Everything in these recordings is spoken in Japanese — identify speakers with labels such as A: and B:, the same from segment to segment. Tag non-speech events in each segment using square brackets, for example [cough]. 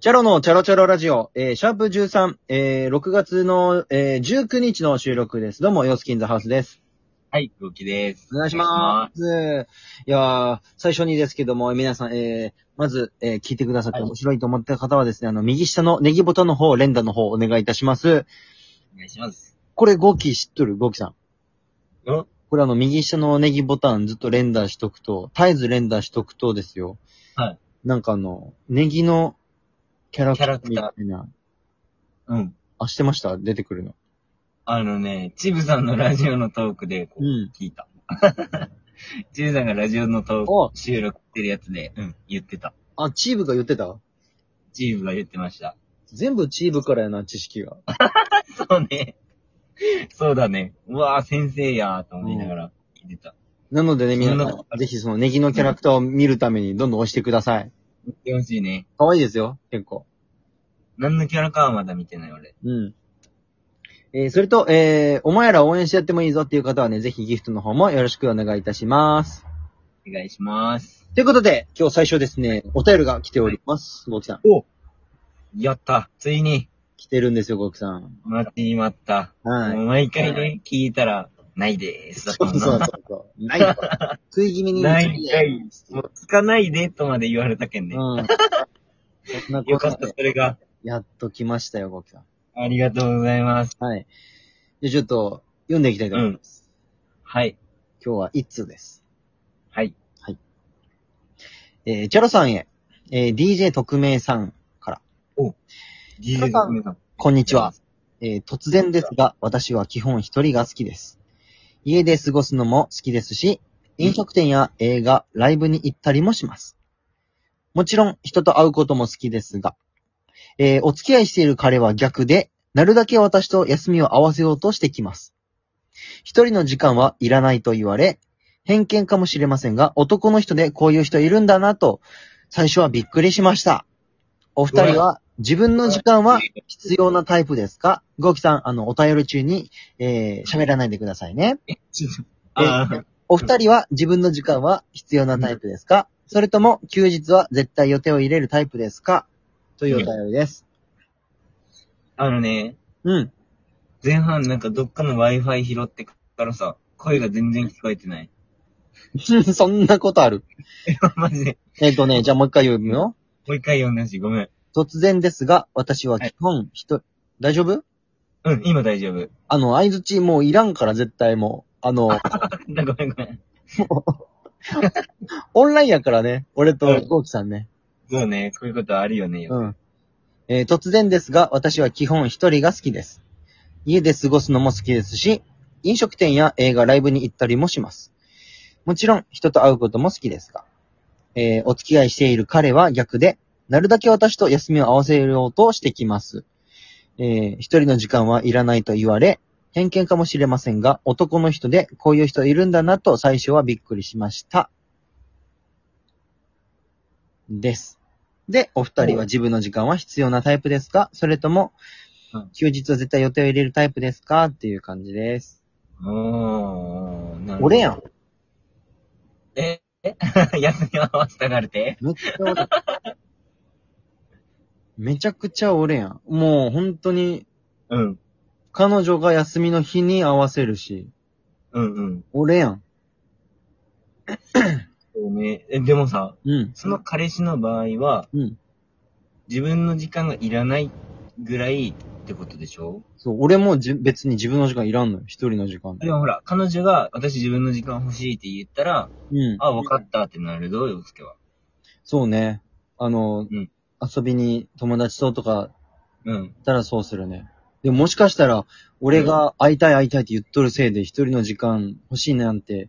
A: チャロのチャロチャロラジオ、えー、シャープ13、えー、6月の、えー、19日の収録です。どうも、ヨスキンザハウスです。
B: はい、空気です。
A: お願いします。いやー、最初にですけども、皆さん、えー、まず、えー、聞いてくださって
B: はい
A: 面白いと思った方はですね、あの、右下のネギボタンの方、連打の方、お願いいたします。
B: お願いします。
A: これ、ゴキ知っとるゴキさん。
B: うん
A: これあの、右下のネギボタンずっと連打しとくと、絶えず連打しとくとですよ。
B: はい。
A: なんかあの、ネギのキャラクターみ
B: キャラ
A: たいな。
B: うん。
A: あ、してました出てくるの。
B: あのね、チブさんのラジオのトークで、こう、
A: うん
B: 聞いた。 [laughs] チブさんがラジオのト
A: お
B: ーク、収録してるやつで、うん、言ってた。
A: あ、チーブが言ってた
B: チブが言ってました。 [laughs]
A: 全部チーブからやな、知識が。
B: そうね。そうだね。うわぁ、先生やーと思いながら聞いてた。
A: なのでね、皆
B: そんな
A: さん、ぜひそのネギのキャラクターを見るためにどんどん押してください。
B: 言ってほしいね。
A: 可愛いですよ、結構。
B: 何のキャラかはまだ見てない、俺。
A: うん。えー、それと、えー、お前ら応援してやってもいいぞっていう方はね、ぜひギフトの方もよろしくお願いいたします。
B: お願いします。
A: ということで、今日最初ですね、お便りが来ております。ゴキさん。
B: やった。ついに、
A: 来てるんですよ、ゴキさん。
B: 待ちに待った。も
A: は
B: う
A: い。
B: 毎回ね、聞いたら、ないでーす。
A: そうそうそう。ないよ。食い気味に。
B: ないかい。もう、つかないでとまで言われたけん
A: うん。
B: ね。
A: そんなこ
B: よ
A: と
B: かった、
A: で
B: そ、れが。
A: やっと来ましたよ、ゴキさん。
B: ありがとうございます。
A: はい。じゃあちょっと、読んでいきたいと思います。
B: はい。
A: 今日は一通です。
B: はい。
A: えー、チャロさんへ、えー、DJ 特命さんから、
B: ジ
A: ジェフさ
B: 皆さん。
A: こんにちは。。えー突然ですが、私は基本一人が好きです。家で過ごすのも好きですし、飲食店や映画、ライブに行ったりもします。もちろん、人と会うことも好きですが、えーお付き合いしている彼は逆で、なるだけ私と休みを合わせようとしてきます。一人の時間はいらないと言われ、偏見かもしれませんが、男の人でこういう人いるんだなと、最初はびっくりしました。お二人は、自分の時間は必要なタイプですかゴキさん、あの、お便り中に、えー、喋らないでくださいね。
B: ちょっと [laughs] あー
A: お二人は自分の時間は必要なタイプですかそれとも、休日は絶対予定を入れるタイプですかというお便りです。
B: あのね、
A: うん。 [laughs]
B: 前半なんかどっかの Wi-Fi 拾ってからさ、声が全然聞こえてない。
A: そんなことある。
B: [laughs] マジで。
A: えっ、とね、じゃあもう一回読むよ。
B: もう一回読んでほしい。ごめん。
A: 突然ですが、私は基本、人、大丈夫
B: うん、今大 [laughs] 丈夫。
A: あの、相づちもういらんから絶対もう。
B: [laughs]
A: あの、
B: ごめんごめん。
A: オンラインやからね。俺
B: う
A: と
B: ん
A: ゴキさんね。
B: そうね、こういうことあるよね。
A: うん。えー突然ですが、私は基本一人が好きです。家で過ごすのも好きですし、飲食店や映画、ライブに行ったりもします。もちろん、人と会うことも好きですが、えーお付き合いしている彼は逆で、なるだけ私と休みを合わせようとしてきます。えー一人の時間はいらないと言われ、偏見かもしれませんが、男の人でこういう人いるんだなと最初はびっくりしました。です。で、お二人は自分の時間は必要なタイプですかそれとも
B: うん、
A: 休日は絶対予定を入れるタイプですかっていう感じです。
B: おー、なるほど
A: 俺やん。。
B: ええ [laughs] 休みを合わせたがるて
A: めっちゃ俺。めちゃくちゃ俺やん。もう本当に、
B: うん。
A: 彼女が休みの日に合わせるし、
B: うんうん。
A: 俺やん。
B: そうね。え、でもさ、
A: うん。
B: その彼氏の場合は、
A: うん。
B: 自分の時間がいらないぐらいってことでしょ
A: そう、俺もじ別に自分の時間いらんのよ。一人の時間。
B: でもほら、彼女が私自分の時間欲しいって言ったら、
A: うん。
B: あ、わかったってなるどうよ、すけは。
A: そうね。あの、
B: うん
A: 遊びに友達ととか
B: うん。
A: 行ったらそうするね。でももしかしたら、俺が会いたい会いたいって言っとるせいで、一人の時間欲しいなんて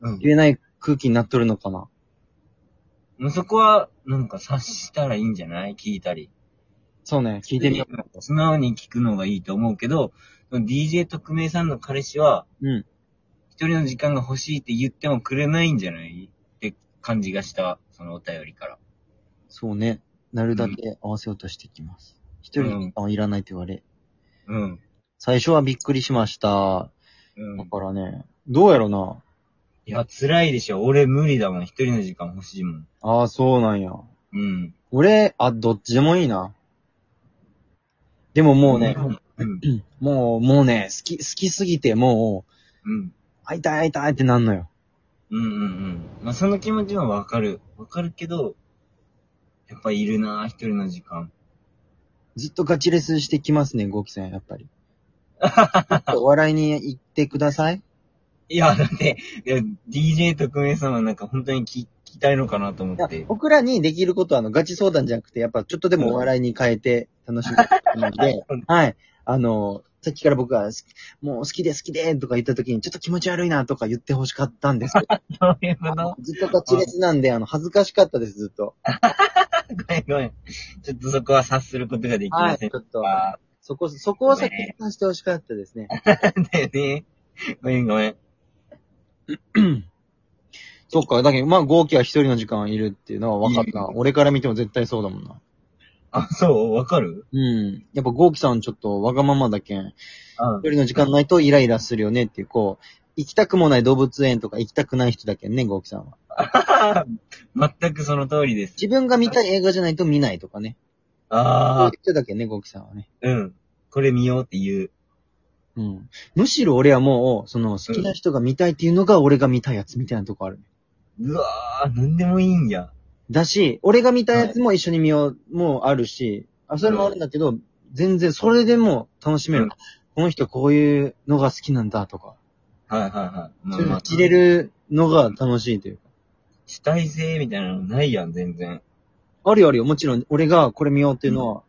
B: うん。
A: 言えない空気になっとるのかな。
B: もうそこは、なんか察したらいいんじゃない聞いたり。
A: そうね、聞いてみよ
B: う。素直に聞くのがいいと思うけど、DJ 特命さんの彼氏は、
A: う。うん。
B: 一人の時間が欲しいって言ってもくれないんじゃないって感じがした、そのお便りから。
A: そうね。なるだけ合わせようとしてきます。一、人の時間はいらないと言われ。
B: うん。
A: 最初はびっくりしました。
B: う
A: だ
B: ん。
A: からね、どうやろな。
B: いや、辛いでしょ。俺無理だもん。一人の時間欲しいもん。
A: ああ、そうなんや。
B: うん。
A: 俺、あ、どっちでもいいな。でももうね、
B: うん。
A: もう、もうね、好き、好きすぎて、もう、
B: うん。
A: 会いたい会いたいってなんのよ。
B: うんうんうん。まあ、その気持ちもわかる。わかるけど、やっぱいるな、一人の時間。
A: ずっとガチレスしてきますね、ゴキさん、やっ [laughs] ぱり。ちょっとお笑いに行ってください。
B: いや、だって、いや、DJ 特命さんはなんか本当に聞聞きたいのかなと思
A: いや
B: って。
A: 僕らにできることは、あの、ガチ相談じゃなくて、やっぱちょっとでもお笑いに変えて楽しむことなん [laughs] で、はい。あの、さっきから僕は、好きもう好きで好きでとか言った時に、ちょっと気持ち悪いなとか言ってほしかったんですけど、
B: そういうこと
A: ずっとガチレスなんで、あの、恥ずかしかったです、ずっと。
B: ごめんごめん。ちょっとそこは察することができ
A: は
B: ま
A: い。
B: せん
A: ち
B: で
A: ょ
B: し
A: っと、
B: た。
A: そこ、そこを先に話してほしかったですね。
B: だよね。ごめんごめん。
A: そっか、だけど、まあ、豪気は一人の時間いるっていうのは分かった。俺から見ても絶対そうだもんな。
B: あ、そうわかる
A: うん。やっぱ豪気さんちょっとわがままだけん、
B: うん。
A: 一人の時間ないとイライラするよねっていう、こう、行きたくもない動物園とか行きたくない人だけんね、ゴーキさんは。
B: [laughs] 全くその通りです。
A: 自分が見たい映画じゃないと見ないとかね。そうい
B: あ
A: う人だけんね、ゴーキさんはね。
B: あ、うん。これ見ようって言う。
A: うん。むしろ俺はもう、その、好きな人が見たいっていうのが俺が見たいやつみたいなとこある。
B: うわー、なんでもいいんや。
A: だし、俺が見たやつも一緒に見よう、もうあるし、あ、それもあるんだけど、全然それでも楽しめる。
B: うん
A: この人こういうのが好きなんだとか、
B: はいはいはい。ま
A: そういうの知れるのが楽しいというか。
B: 主体性みたいなのないやん、全然。
A: あるよあるよ。もちろん、俺がこれ見ようっていうのは、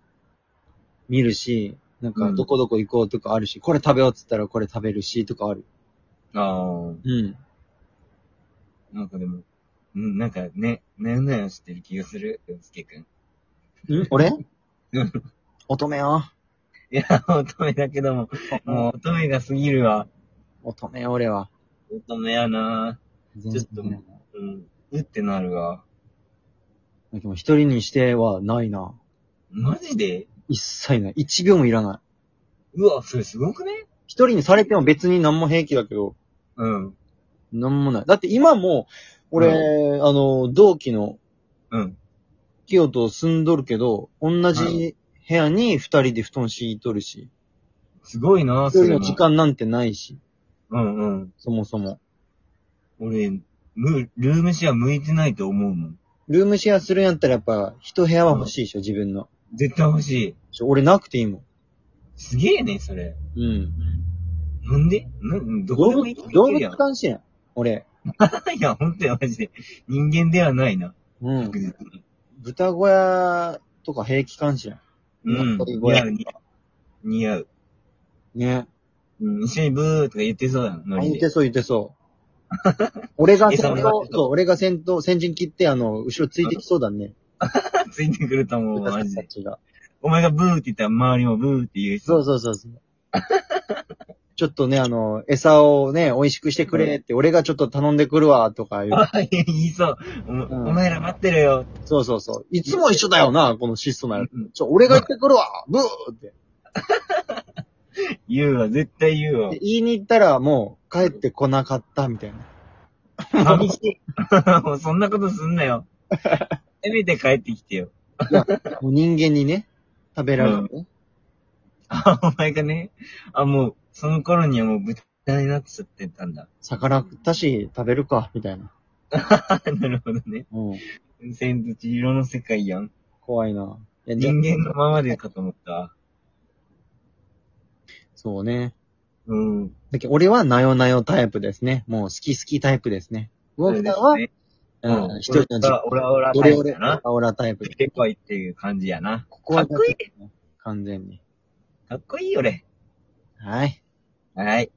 A: 見るし、なんか、
B: うん
A: どこどこ行こうとかあるし、これ食べようっつったらこれ食べるし、とかある。
B: ああ、
A: うん。
B: なんかでも、うん、なんかね、なよなよしてる気がする、洋介くん。
A: ん俺
B: うん
A: 乙女よ。
B: いや、乙女だけど
A: [laughs]
B: も、もう乙女が過ぎるわ。
A: 乙女よ、俺は。
B: 乙女やな
A: 全
B: ちょ
A: 然
B: っともぁ。うん。うってなるわ。
A: でも一人にしてはないな。
B: マジで
A: 一切ない。一秒もいらない。
B: うわ、それすごくね
A: 一人にされても別に何も平気だけど、
B: うん。
A: 何もない。だって今も、俺、あの、同期の
B: うん。
A: 清と住んどるけど、同
B: は
A: じ部屋に二人で布団敷いとるし、
B: すごいなぁ、
A: 一
B: そ
A: 人
B: れ
A: の
B: も
A: 時。間なんてないし、
B: うんうん。
A: そもそも。
B: 俺、む、ルームシェア向いてないと思うもん。
A: ルームシェアするんやったらやっぱ、一部屋は欲しいでしょ、自分の。
B: 絶対欲しい。
A: ちょ俺なくていいもん。
B: すげえね、それ。
A: うん。
B: なんでなん、どこ
A: 動
B: で
A: 物
B: も生きて、い
A: 動
B: ける
A: 物
B: やん。
A: 関心やん。俺。
B: いや、ほんとや、マジで。人間ではないな。
A: うん
B: 確。実に。
A: 豚小屋とか平気関心やん。
B: うん。
A: 鳥小
B: 似合
A: 屋
B: う、似合う。似合う。
A: ね。
B: うん、一緒にブーとか言ってそうだな、
A: あ
B: ノリ
A: 言っ
B: で
A: て。そう言ってそう。俺が先
B: [laughs] 餌もらっ
A: 頭
B: て、た
A: そう、俺が先頭、先陣切って、あの、後ろついてきそうだね。
B: ついてくると [laughs] 思う、
A: 豚さ
B: マ
A: ん
B: ジ
A: た
B: で。
A: ちが。
B: お前がブーって言ったら周りもブーって言うし。
A: そうそうそうそう。 [laughs] ちょっとね、あの、餌をね、美味しくしてくれって、俺がちょっと頼んでくるわ、とか言う。
B: あいや言いそう。お,、
A: ん
B: お前ら待ってるよ。
A: そうそうそう。いつも一緒だよな、この質素なやつ。
B: うん
A: ちょ、俺が行ってくるわ、ブーって。
B: 言うわ、絶対言うわ
A: で。言いに行ったら、もう、帰ってこなかった、みたいな。
B: 寂しい。 [laughs] もうそんなことすんなよ。せめて帰ってきてよ。
A: もう人間にね、食べられる、ね
B: あ、お前がね。あ、もう、その頃にはもう豚になっちゃってたんだ。 [laughs]
A: 魚だし、食べるか、みたいな。
B: なるほどね。
A: うん。
B: 千と千尋の世界やん。
A: 怖いな。いやじゃあ
B: 人間のままでかと思った。
A: そうね。
B: うん。
A: だけど俺はなよなよタイプですね。もう好き好きタイプですね。ウォークさんは、
B: そうですね
A: うん、一人の
B: 俺はオラ
A: オ
B: オラタ
A: レ
B: イプ
A: オレ
B: だな。
A: オラタイプです。
B: でこいっていう感じやな。
A: ここは
B: かっこいい
A: い完全に。
B: かっこいいよ、俺。
A: はい。
B: はい。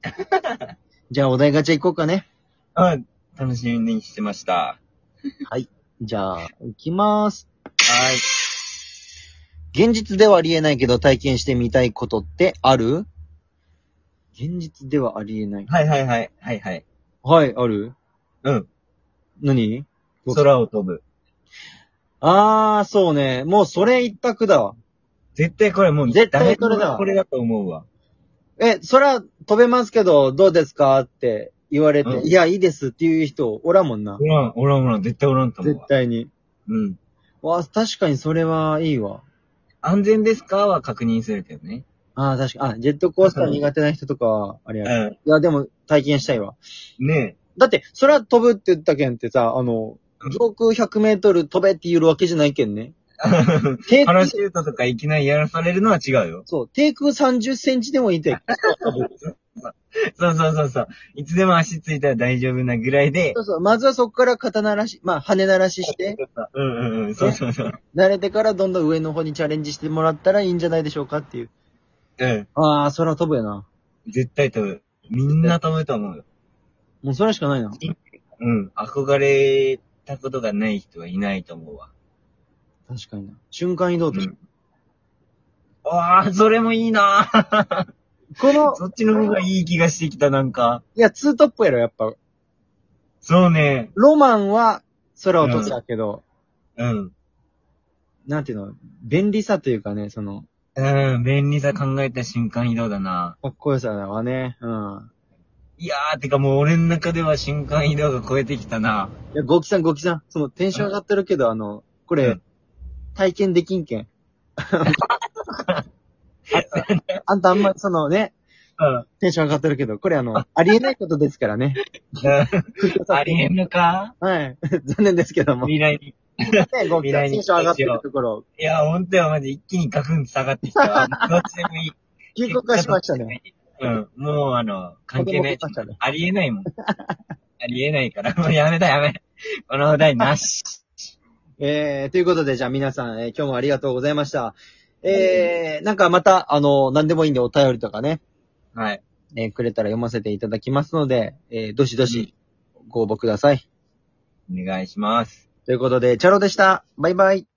A: じゃあお題ガチャ行こうかね。
B: うん。楽しみにしてました。
A: じゃあ、行きまーす。
B: はい。
A: 現実ではありえないけど体験してみたいことってある現実ではありえない。
B: はいはいはい。はいはい。
A: はい、ある
B: うん。
A: 何
B: 空を飛ぶ。
A: あー、そうね。もうそれ一択だわ。
B: 絶対これもう、
A: 絶対これだ
B: 誰もこれだと思うわ。
A: え、空飛べますけど、どうですかって言われて、
B: うん
A: いや、いいですっていう人おらんもんな
B: お。らん、おらんおらん、絶対おらんと思う
A: 絶
B: わ。
A: 対に。
B: うん。
A: わあ、確かにそれはいいわ。
B: 安全ですかは確認するけどね。
A: ああ、確かに。あ、ジェットコースター苦手な人とかは、あれやる。い
B: う
A: や、でも体験したいわ。
B: ん。ね
A: だって、それは飛ぶって言ったけんってさ、あの
B: うん、
A: 上空100メートル飛べって言うわけじゃないけん
B: [laughs]
A: ね。
B: え。
A: 低
B: パ
A: 空
B: ラシュートとかいきなりやらされるのは違うよ。
A: そう、低空30センチでもいいって。
B: そうそうそうそう。いつでも足ついたら大丈夫なぐらいで。
A: そうそう、まずはそこから肩鳴らし、まあ、羽鳴らしして、
B: うんうんうん。そうそうそう。
A: 慣れてからどんどん上の方にチャレンジしてもらったらいいんじゃないでしょうかっていう。
B: うん。
A: ああ、それは飛ぶよな。
B: 絶対飛ぶ。みんな飛ぶと思うよ。
A: もうそれしかないな。
B: うん。憧れたことがない人はいないと思うわ。
A: 確かにな。瞬間移動として。
B: ああ、それもいいなぁ
A: この、
B: そっちの方がいい気がしてきた、なんか。
A: いや、ツートップやろ、やっぱ。
B: そうね。
A: ロマンは空を飛んだけど、
B: うん。
A: なんていうの、便利さというかね、その、
B: うん、便利さ考えた瞬間移動だな
A: かっこよさはね、うん。
B: いやー、てかもう俺の中では瞬間移動が超えてきたない
A: や、ゴキさん、ゴキさん、その、テンション上がってるけど、あの、これ、
B: うん
A: 体験できんけん。ああんたあんまりそのね、
B: うん。
A: テンション上がってるけど、これあの、ありえないことですからね。
B: [laughs] ありえんのか
A: はい。 [laughs] 残念ですけども。ね、
B: 未来に。
A: ゴキさん、
B: 未来に
A: テンション上がってるところ、
B: いや、ほんとよ、マジ一気にガクンと下がってきたわ。どっちでもいい。
A: 休校化しましたね。。
B: うん。もう、あの、関係ない
A: 子供来ましたね。
B: ありえないもん。ありえないから、もうやめたやめた。このお題なし。
A: えー、ということで、じゃあ皆さん、えー今日もありがとうございました。えー、なんかまた、あの、何でもいいんでお便りとかね、
B: はい。
A: えーくれたら読ませていただきますので、えー、どしどしご応募ください。
B: お願いします。
A: ということで、チャロでした。バイバイ。